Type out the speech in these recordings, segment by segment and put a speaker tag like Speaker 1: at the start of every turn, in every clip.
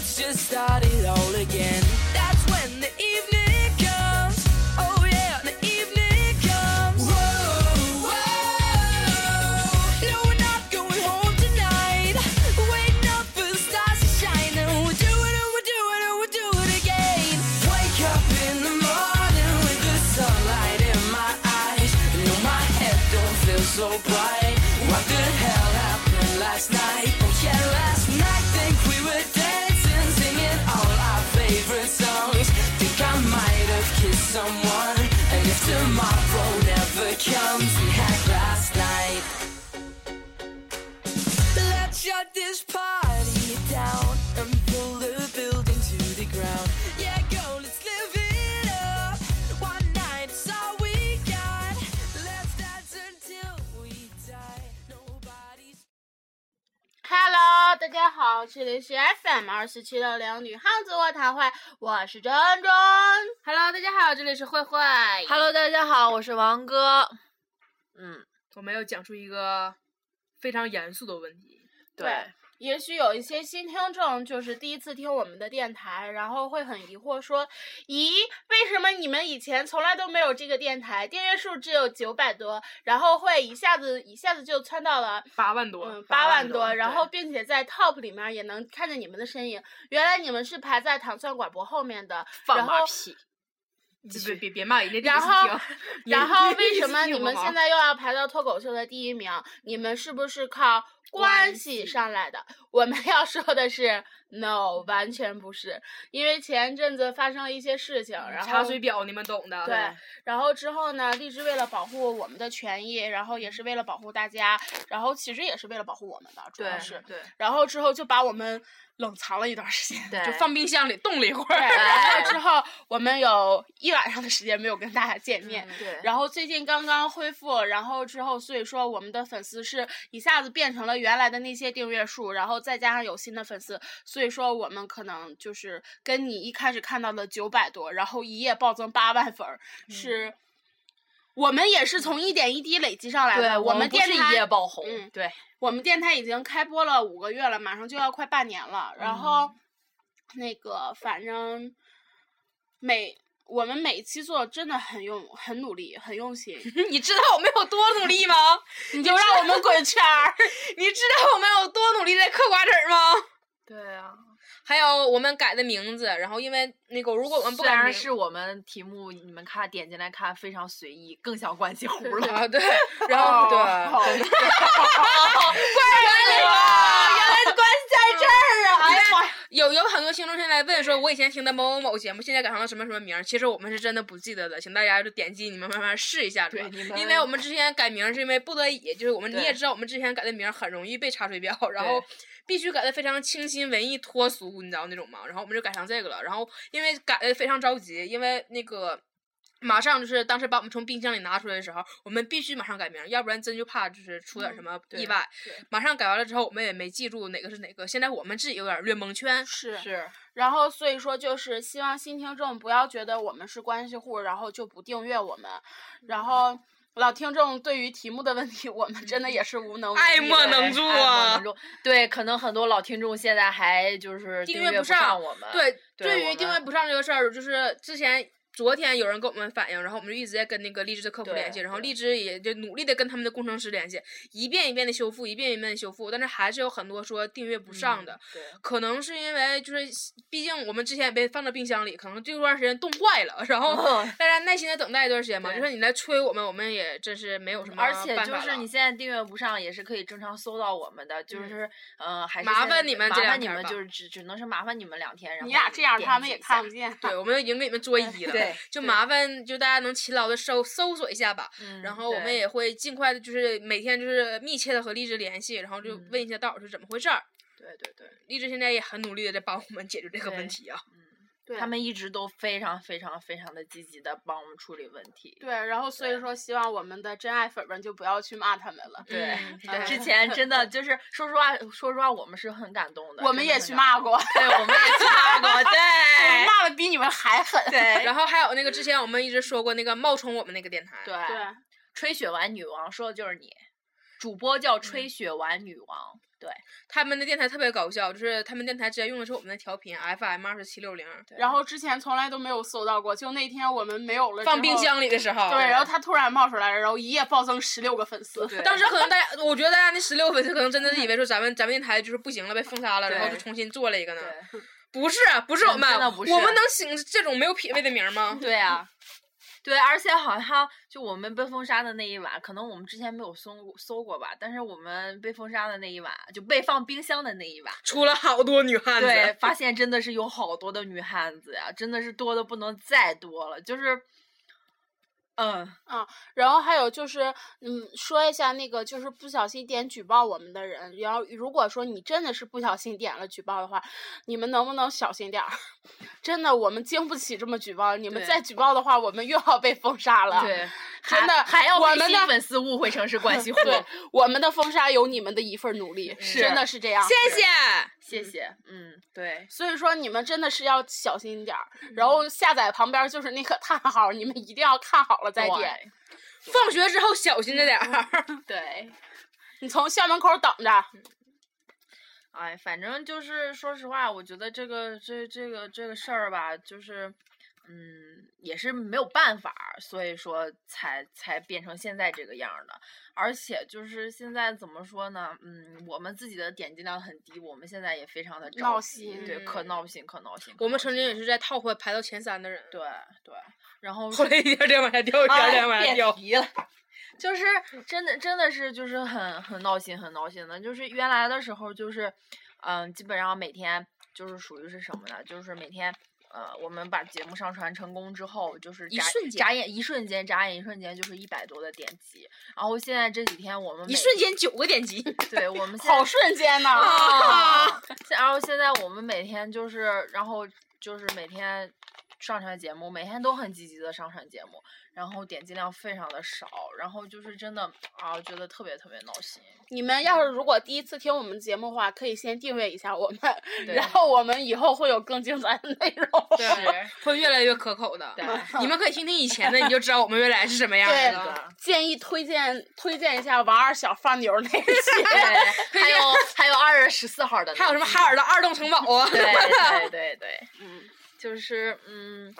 Speaker 1: Oh, so bright. What the hell happened last night? Oh yeah, last night think we were dancing, singing all our favorite songs. Think I might have kissed someone, and if tomorrow never comes, we had last night. Let's shut this party down and pull the building to the ground. Yeah, go, let's live it up. One night's all we got. Let's dance until we die. Nobody's
Speaker 2: Hello，大家好，这里是 FM 二四七六零女汉子卧谈会，我是珍珍。Hello，大家好，这里是慧慧。
Speaker 3: Hello，大家好，我是王哥。嗯，
Speaker 4: 我们要讲出一个非常严肃的问题。
Speaker 2: 对，也许有一些新听众就是第一次听我们的电台，然后会很疑惑说：“咦，为什么你们以前从来都没有这个电台，订阅数只有九百多，然后会一下子一下子就窜到了
Speaker 4: 八万多，
Speaker 2: 嗯，八万多，然后
Speaker 4: 对
Speaker 2: 并且在 top 里面也能看见你们的身影。原来你们是排在糖蒜广播后面的，然
Speaker 3: 放马
Speaker 2: 后
Speaker 3: 屁，
Speaker 4: 别别别别骂人家第一
Speaker 2: 然
Speaker 4: 次
Speaker 2: 后
Speaker 4: 听，你
Speaker 2: 然后
Speaker 4: 第一
Speaker 2: 为
Speaker 4: 次
Speaker 2: 什么
Speaker 4: 听
Speaker 2: 你
Speaker 4: 好
Speaker 2: 们
Speaker 4: 吗
Speaker 2: 现在又要排到脱口秀的第一名？你们是不是靠关
Speaker 4: 关
Speaker 2: 系
Speaker 4: 系
Speaker 2: 上来的？我们 要说的是，no，完全不是，因为前阵子发生了一些事情，然后
Speaker 4: 查水表，你们懂的。
Speaker 2: 对，然后之后呢，荔枝为了保护我们的权益，然后也是为了保护大家，然后其实也是为了保护我们的，主要
Speaker 4: 对
Speaker 2: 是，
Speaker 4: 对，
Speaker 2: 然后之后就把我们冷藏了一段时间，
Speaker 3: 对
Speaker 4: 就放冰箱里冻了一会
Speaker 3: 哎
Speaker 2: 对，
Speaker 4: 儿。
Speaker 2: 然后之后我们有一晚上的时间没有跟大家见面，
Speaker 3: 嗯对
Speaker 2: 然后最近刚刚恢复，然后之后所以说我们的粉丝是一下子变成了原来的那些订阅数，然后再加上有新的粉丝，所以说我们可能就是跟你一开始看到的九百多，然后一夜暴增八万粉儿
Speaker 3: 嗯
Speaker 2: 是。我们也是从一点一滴累积上来 的。我们
Speaker 3: 不
Speaker 2: 电
Speaker 3: 是一
Speaker 2: 台
Speaker 3: 夜爆红，
Speaker 2: 嗯
Speaker 3: 对，
Speaker 2: 我们电台已经开播了五个月了，马上就要快半年了。然后，
Speaker 5: 嗯
Speaker 2: 那个反正每我们每一期做真的很用很努力很用 心，
Speaker 3: 你知道我们有多努力吗？
Speaker 2: 你就让我们滚圈儿。
Speaker 3: 你知道我们有多努力在嗑瓜子儿吗？
Speaker 4: 对啊，
Speaker 3: 还有我们改的名字，然后因为那个，如果我们不
Speaker 5: 虽
Speaker 3: 改
Speaker 5: 然
Speaker 3: 名
Speaker 5: 是我们题目，你们看点进来看非常随意，更像关系户了。
Speaker 3: 啊，对，然
Speaker 2: 哦
Speaker 3: 后对，真的 原来
Speaker 2: 啊
Speaker 5: 啊
Speaker 3: 哦 原来关系在这儿啊！因为有有很多听众现在问说，我以前听的某某某节目，现在改成了什么什么名儿？其实我们是真的不记得的，请大家就点击你们慢慢试一下，对吧？因为我们之前改名儿是因为不得已，就是我们你也知道，我们之前改的名儿很容易被查水表，然后。必须改的非常清新、文艺、脱俗，你知道那种吗？然后我们就改成这个了。然后因为改的非常着急，因为那个马上就是当时把我们从冰箱里拿出来的时候，我们必须马上改名儿，要不然真就怕就是出点什么意外。马上改完了之后，我们也没记住哪个是哪个，现在我们自己有点略 蒙圈。
Speaker 2: 是
Speaker 5: 是，
Speaker 2: 然后所以说就是希望新听众不要觉得我们是关系户，然后就不订阅我们。
Speaker 5: 嗯
Speaker 2: 然后老听众对于题目的问题，我们真的也是无能为
Speaker 3: 爱
Speaker 2: 力
Speaker 3: 莫
Speaker 2: 的
Speaker 3: 能
Speaker 5: 哎
Speaker 3: 助
Speaker 5: 嗯爱莫
Speaker 3: 啊
Speaker 5: 能助对，可能很多老听众现在还就是
Speaker 3: 订
Speaker 5: 订
Speaker 3: 阅不
Speaker 5: 不
Speaker 3: 上
Speaker 5: 上我们。
Speaker 3: 对，
Speaker 5: 对
Speaker 3: 对
Speaker 5: 我
Speaker 3: 于定位
Speaker 5: 们
Speaker 3: 不上这个事儿，就是之前昨天有人跟我们反映，然后我们就一直在跟那个荔枝的客服
Speaker 5: 对
Speaker 3: 联系，然后
Speaker 5: 对
Speaker 3: 荔枝也就努力的跟他们的工程师联系，一遍一遍的修复，一遍一遍的修复，但是还是有很多说订阅不上的，
Speaker 5: 嗯对
Speaker 3: 可能是因为就是毕竟我们之前也被放到冰箱里，可能这段时间冻坏了，然后
Speaker 5: 嗯
Speaker 3: 大家耐心的等待一段时间嘛，就
Speaker 5: 对嗯
Speaker 3: 是你来催我们，我们也真是没有什么
Speaker 5: 而且
Speaker 3: 办
Speaker 5: 就
Speaker 3: 法
Speaker 5: 是
Speaker 3: 了嗯
Speaker 5: 你现在订阅不上，也是可以正常搜到我们的，就是呃，还是
Speaker 3: 麻
Speaker 5: 现
Speaker 3: 烦
Speaker 5: 在
Speaker 3: 你们
Speaker 5: 麻
Speaker 3: 这两
Speaker 5: 烦你
Speaker 3: 天
Speaker 5: 们
Speaker 3: 吧
Speaker 5: 就是只只能是麻烦你们两天，然后
Speaker 2: 你俩这样，
Speaker 5: 点
Speaker 2: 他们
Speaker 5: 击
Speaker 2: 也
Speaker 5: 一
Speaker 2: 看
Speaker 5: 下
Speaker 2: 不见。
Speaker 3: 对，我们已经给你们作揖了，
Speaker 5: 哎对
Speaker 3: 就麻烦就大家能勤劳的搜搜索一下吧。
Speaker 5: 嗯
Speaker 3: 然后我们
Speaker 5: 对
Speaker 3: 也会尽快的，就是每天就是密切的和荔枝联系，然后就
Speaker 5: 嗯
Speaker 3: 问一下到底是怎么回事儿。
Speaker 5: 对对对，
Speaker 3: 荔枝现在也很努力的在帮我们解决这个问
Speaker 5: 对
Speaker 3: 题啊。
Speaker 2: 对
Speaker 5: 他们一直都非常非常非常的积极的帮我们处理问题。
Speaker 2: 对，然后所以
Speaker 5: 对
Speaker 2: 说希望我们的真爱粉们就不要去骂他们了。
Speaker 5: 对
Speaker 3: 嗯，
Speaker 2: 对
Speaker 5: 之前真 的就是说实话，说实话，我们是很感动的。
Speaker 2: 我们
Speaker 5: 嗯真的
Speaker 2: 也
Speaker 5: 很
Speaker 2: 去
Speaker 5: 感
Speaker 2: 骂
Speaker 5: 动，
Speaker 2: 过，
Speaker 5: 对，我们也去骂过，
Speaker 2: 我们
Speaker 5: 对，
Speaker 2: 骂的比你们还狠。
Speaker 5: 对，
Speaker 3: 然后还有那个之前我们一直说过那个冒充我们那个电台，
Speaker 5: 对，
Speaker 2: 对，
Speaker 5: 吹雪丸女王说的就是你，主播
Speaker 2: 嗯
Speaker 5: 叫吹雪丸女王，对，
Speaker 3: 他们的电台特别搞笑，就是他们电台之前用的是我们的调频 FM 二十七六零，
Speaker 5: 对
Speaker 2: 然后之前从来都没有搜到过，就那天我们没有了
Speaker 3: 放
Speaker 2: 之
Speaker 3: 冰
Speaker 2: 后。
Speaker 3: 箱里的时候，
Speaker 2: 对，然后他突然冒出来了，然后一夜暴增十六个粉丝。
Speaker 5: 对
Speaker 3: 当时可能大家，我觉得大家那十六粉丝可能真的是以为说咱们咱们电台就是不行了，被封杀了，然后就
Speaker 5: 对
Speaker 3: 重新做了一个呢。
Speaker 5: 对， 嗯
Speaker 3: 不是，不是我们
Speaker 5: 真的不，是
Speaker 3: 我们能请这种没有品位的名儿吗？
Speaker 5: 对啊，对，而且好像就我们被封杀的那一晚，可能我们之前没有搜过搜过吧，但是我们被封杀的那一晚，就被放冰箱的那一晚，
Speaker 3: 出了好多女汉子。
Speaker 5: 对， 发现真的是有好多的女汉子呀，真的是多的不能再多了，就是，嗯，
Speaker 2: 然后还有就是，嗯，说一下那个就是不小心点举报我们的人，然后如果说你真的是不小心点了举报的话，你们能不能小心点儿？ 真的，我们经不起这么举报，你们
Speaker 5: 对
Speaker 2: 再举报的话，我们又要被封杀了。，
Speaker 5: 对，
Speaker 2: 真
Speaker 5: 还
Speaker 2: 的
Speaker 5: 还要
Speaker 2: 我
Speaker 5: 被
Speaker 2: 们
Speaker 5: 新
Speaker 2: 的
Speaker 5: 粉丝误会成是关系户，
Speaker 2: 对，我们的封杀有你们的一份努力，
Speaker 5: 是
Speaker 2: 真的是这样。
Speaker 3: 谢谢。
Speaker 5: 谢谢，嗯，对，
Speaker 2: 所以说你们真的是要小心一点儿，
Speaker 5: 嗯
Speaker 2: 然后下载旁边就是那个 叹号，你们一定要看好了再点。
Speaker 3: 放学之后小心着点儿。
Speaker 5: 对对，
Speaker 2: 你从校门口等着，
Speaker 5: 哎，反正就是说实话，我觉得这个这这个这个事儿吧，就是，嗯，也是没有办法儿，所以说才才变成现在这个样儿的。而且就是现在怎么说呢？嗯，我们自己的点击量很低，我们现在也非常的
Speaker 2: 闹心
Speaker 5: 对，可
Speaker 3: 嗯
Speaker 5: 闹心，可闹心。可
Speaker 3: 我们
Speaker 5: 闹
Speaker 3: 曾
Speaker 5: 心
Speaker 3: 经也是在 top 排到前三的人，
Speaker 5: 对对，然后
Speaker 3: 后来一点儿点儿往下 掉，一点儿
Speaker 5: 哎
Speaker 3: 点儿往下
Speaker 5: 别
Speaker 3: 掉。
Speaker 5: 提了。就是真的，真的是就是很很闹心，很闹心的。就是原来的时候，就是，嗯、基本上每天就是属于是什么呢？就是每天，呃，我们把节目上传成功之后，就是
Speaker 3: 一
Speaker 5: 眨
Speaker 3: 瞬间
Speaker 5: 眨眼一瞬间，眨眼一瞬间就是一百多的点击。然后现在这几天我们
Speaker 3: 一
Speaker 5: 每
Speaker 3: 瞬，间九个点击，
Speaker 5: 对我们现在
Speaker 2: 好瞬间 呐、
Speaker 5: 啊！现然后现在我们每天就是，然后就是每天上传节目，每天都很积极的上传节目，然后点击量非常的少，然后就是真的啊，觉得特别特别闹心。
Speaker 2: 你们要是如果第一次听我们节目的话，可以先订阅一下 我们，
Speaker 5: 对
Speaker 2: 然后我们以后会有更精彩的内容。
Speaker 5: 是，
Speaker 3: 会越来越可口的。
Speaker 5: 对，哎
Speaker 3: 你们可以听听以前的，你就知道我们原来是什么样
Speaker 2: 对
Speaker 3: 的
Speaker 5: 是
Speaker 3: 了。
Speaker 5: 的
Speaker 2: 建议推荐推荐一下王二小放牛那一期，
Speaker 5: 对，还有还有二月十四号的那个，
Speaker 3: 还有什么哈尔的二栋城堡啊？
Speaker 5: 对对对对，
Speaker 2: 嗯，
Speaker 5: 就是嗯。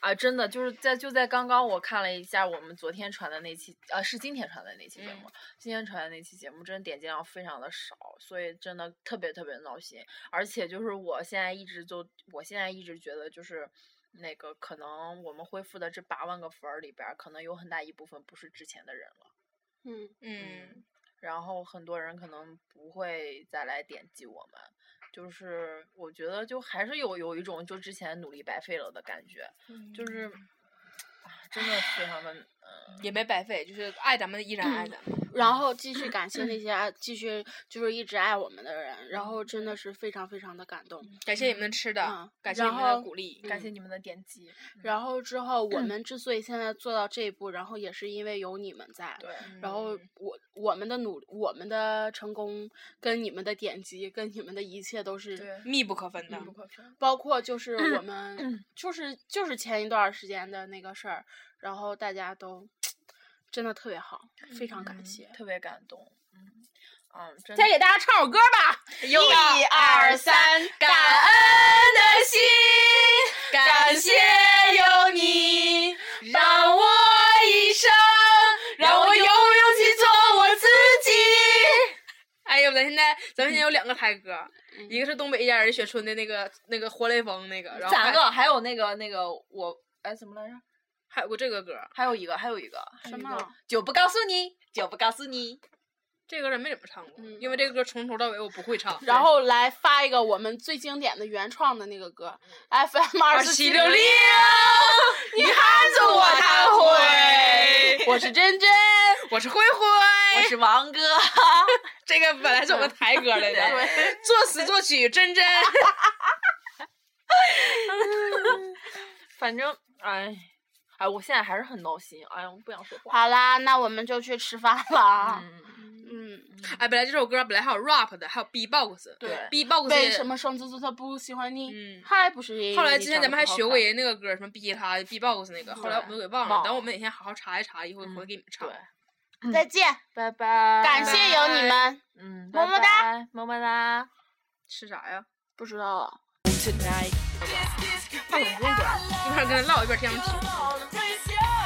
Speaker 5: 啊，真的就是在就在刚刚，我看了一下我们昨天传的那期，呃，是今天传的那期节目，今天传的那期节目真的点击量非常的少，所以真的特别特别闹心。而且就是我现在一直就，我现在一直觉得就是那个可能我们恢复的这八万个粉儿里边儿，可能有很大一部分不是之前的人了。
Speaker 2: 嗯，
Speaker 3: 嗯，
Speaker 5: 然后很多人可能不会再来点击我们，就是我觉得就还是有有一种就之前努力白费了的感觉，就是啊真的非常的嗯，
Speaker 3: 也没白费，就是爱咱们的依然爱咱们。
Speaker 2: 然后继续感谢
Speaker 5: 嗯
Speaker 2: 那些爱继续就是一直爱我们的人，然后真的是非常非常的感
Speaker 5: 嗯
Speaker 2: 动。
Speaker 3: 感谢你们的吃的
Speaker 2: 嗯，
Speaker 3: 感谢你们的
Speaker 2: 然后
Speaker 3: 鼓励。
Speaker 5: 感谢你们的点击，
Speaker 2: 然后之后
Speaker 5: 嗯
Speaker 2: 我们之所以现在做到这一步，然后也是因为有你们在。
Speaker 5: 对，嗯
Speaker 2: 然后我我们的努我们的成功跟你们的点击跟你们的一切都是，
Speaker 5: 对，
Speaker 3: 密不可分的
Speaker 5: 嗯不，可分，
Speaker 2: 包括就是
Speaker 3: 嗯
Speaker 2: 我们就是就是前一段儿时间的那个事儿，然后大家都真的特别好，非常感
Speaker 5: 嗯
Speaker 2: 谢。
Speaker 5: 特别感动，嗯嗯，真的
Speaker 2: 再给大家唱首歌吧，
Speaker 5: 一二三，
Speaker 2: 感
Speaker 5: 恩的心，
Speaker 3: 感
Speaker 5: 谢有你，让我一生，让我有勇气做我自己。
Speaker 3: 哎呦，咱现在咱们现在有两个台歌，
Speaker 5: 嗯
Speaker 3: 一个是东北一家人雪村的那个那个活雷锋那个，然后
Speaker 5: 咱
Speaker 3: 还
Speaker 5: 嗯个还有那个那个我哎怎么来着？
Speaker 3: 还有个这个歌，
Speaker 5: 还有一个还有一个
Speaker 3: 哎
Speaker 5: 还有
Speaker 2: 什
Speaker 5: 一
Speaker 2: 么啊
Speaker 5: 个？就不告诉你，就不告诉你。
Speaker 3: 这歌咱没怎么唱过，
Speaker 2: 嗯
Speaker 3: 因为这个歌从头到尾我不会
Speaker 5: 嗯
Speaker 3: 唱。
Speaker 2: 然后来发一个我们最经典的原创的那个歌，FM 二
Speaker 3: 嗯二
Speaker 2: 四
Speaker 3: 七
Speaker 2: 七
Speaker 3: 六六，你喊着我他会，
Speaker 2: 我是珍珍，
Speaker 3: 我是慧慧，
Speaker 5: 我是王哥，
Speaker 3: 这 个本来是我们台歌来的， 作词作曲真真。
Speaker 5: 反正哎哎，我现在还是很闹心，哎呀，我不想说话。
Speaker 2: 好啦，那我们就去吃饭了啊。
Speaker 5: 嗯，
Speaker 2: 嗯，
Speaker 3: 哎，本来这首歌本来还有 rap 的，还有 B-box，
Speaker 2: 对
Speaker 3: ，B-box
Speaker 2: 为什么上次说他不喜欢你？
Speaker 3: 嗯
Speaker 2: 还不是因为
Speaker 3: 后来
Speaker 2: 你
Speaker 3: 之
Speaker 2: 长
Speaker 3: 前
Speaker 2: 得
Speaker 3: 咱们还
Speaker 2: 不好
Speaker 3: 学过
Speaker 2: 看
Speaker 3: 人那个歌，什么逼他 B-box 那个，后来我们都给忘了。
Speaker 5: 忘
Speaker 3: 等我们哪天好好查一查，一会
Speaker 2: 嗯
Speaker 3: 儿回给你们唱
Speaker 5: 对。
Speaker 2: 再见，
Speaker 5: 拜拜，
Speaker 2: 感谢有你们，
Speaker 5: 嗯，
Speaker 2: 么么哒
Speaker 5: 哒，么么哒。
Speaker 3: 吃啥呀？
Speaker 2: 不知道啊了。
Speaker 1: Tonight.
Speaker 3: 话筒不用管，一边跟他唠一边听他们听。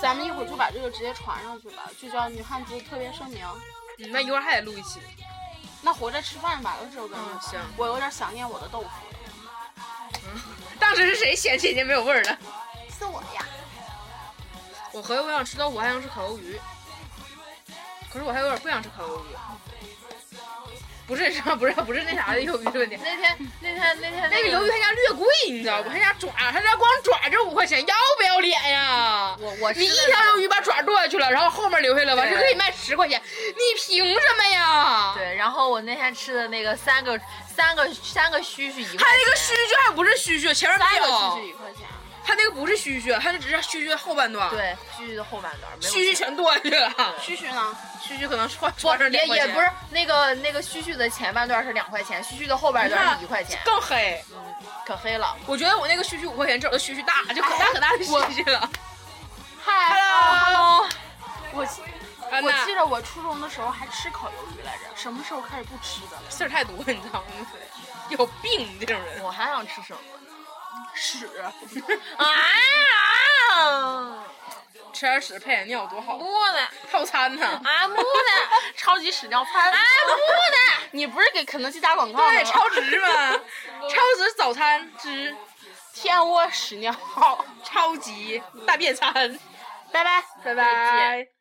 Speaker 2: 咱们一会儿就把这个直接传上去吧，就叫女汉子特别声明。
Speaker 3: 嗯那一会儿还得录一期。
Speaker 2: 那回来吃饭吧，有这首歌。
Speaker 3: 嗯行
Speaker 2: 我有点想念我的豆腐。
Speaker 3: 当时是谁嫌弃已经没有味儿了？
Speaker 2: 是我呀。
Speaker 3: 我合计我想吃到我还想吃烤鱿鱼，可是我还有点不想吃烤鱿鱼。不是啥，不是不是那啥的鱿鱼的问题，
Speaker 5: 那天那天那天
Speaker 3: 那个鱿鱼他家略贵，你知道吗？他家爪，他家光爪就五块钱，要不要脸呀？
Speaker 5: 我我
Speaker 3: 你一
Speaker 5: 吃的
Speaker 3: 条鱿鱼把爪剁下去了，然后后面留下来完事
Speaker 5: 对
Speaker 3: 可以卖十块钱，你凭什么呀？
Speaker 5: 对，然后我那天吃的那个三个三个三个须是一块
Speaker 3: 他那
Speaker 5: 钱，
Speaker 3: 个须须还不是须须，前面没
Speaker 2: 三个
Speaker 3: 有
Speaker 2: 须，须一块钱，
Speaker 3: 他那个不是须须，他那只是须须后半段，
Speaker 5: 对须须的后半段，没有
Speaker 3: 须须全剁下去了，
Speaker 2: 须须呢？
Speaker 3: 须须可能穿
Speaker 5: 不
Speaker 3: 穿上
Speaker 5: 也
Speaker 3: 两块
Speaker 5: 也
Speaker 3: 钱
Speaker 5: 不是那个那个须须的前半段是两块钱，须须的后半段是一块钱，
Speaker 3: 更黑。
Speaker 5: 可黑了。
Speaker 3: 我觉得我那个须须五块钱，整的须须大，就可大可大的须须了。
Speaker 2: 嗨，
Speaker 3: Hello，
Speaker 2: 我
Speaker 3: 安
Speaker 2: 哎我
Speaker 3: 娜
Speaker 2: 记，得我初中的时候还吃烤鱿鱼来着，什么时候开始不吃的了？
Speaker 3: 事儿太多，你知道吗？有病，你这种人。
Speaker 5: 我还想吃什么？
Speaker 2: 屎，
Speaker 3: 哎
Speaker 5: 啊！
Speaker 3: 吃点屎配点尿多好，
Speaker 5: 木呢？
Speaker 3: 套餐呢？
Speaker 5: 啊木呢？
Speaker 2: 超级屎尿饭。
Speaker 5: 啊木呢？
Speaker 2: 你不是给肯德基打广告吗？
Speaker 3: 对，超值 嘛，超值早餐之
Speaker 2: 天啊窝屎尿。
Speaker 3: 好，超级大便餐，
Speaker 2: 拜拜。
Speaker 3: 拜拜。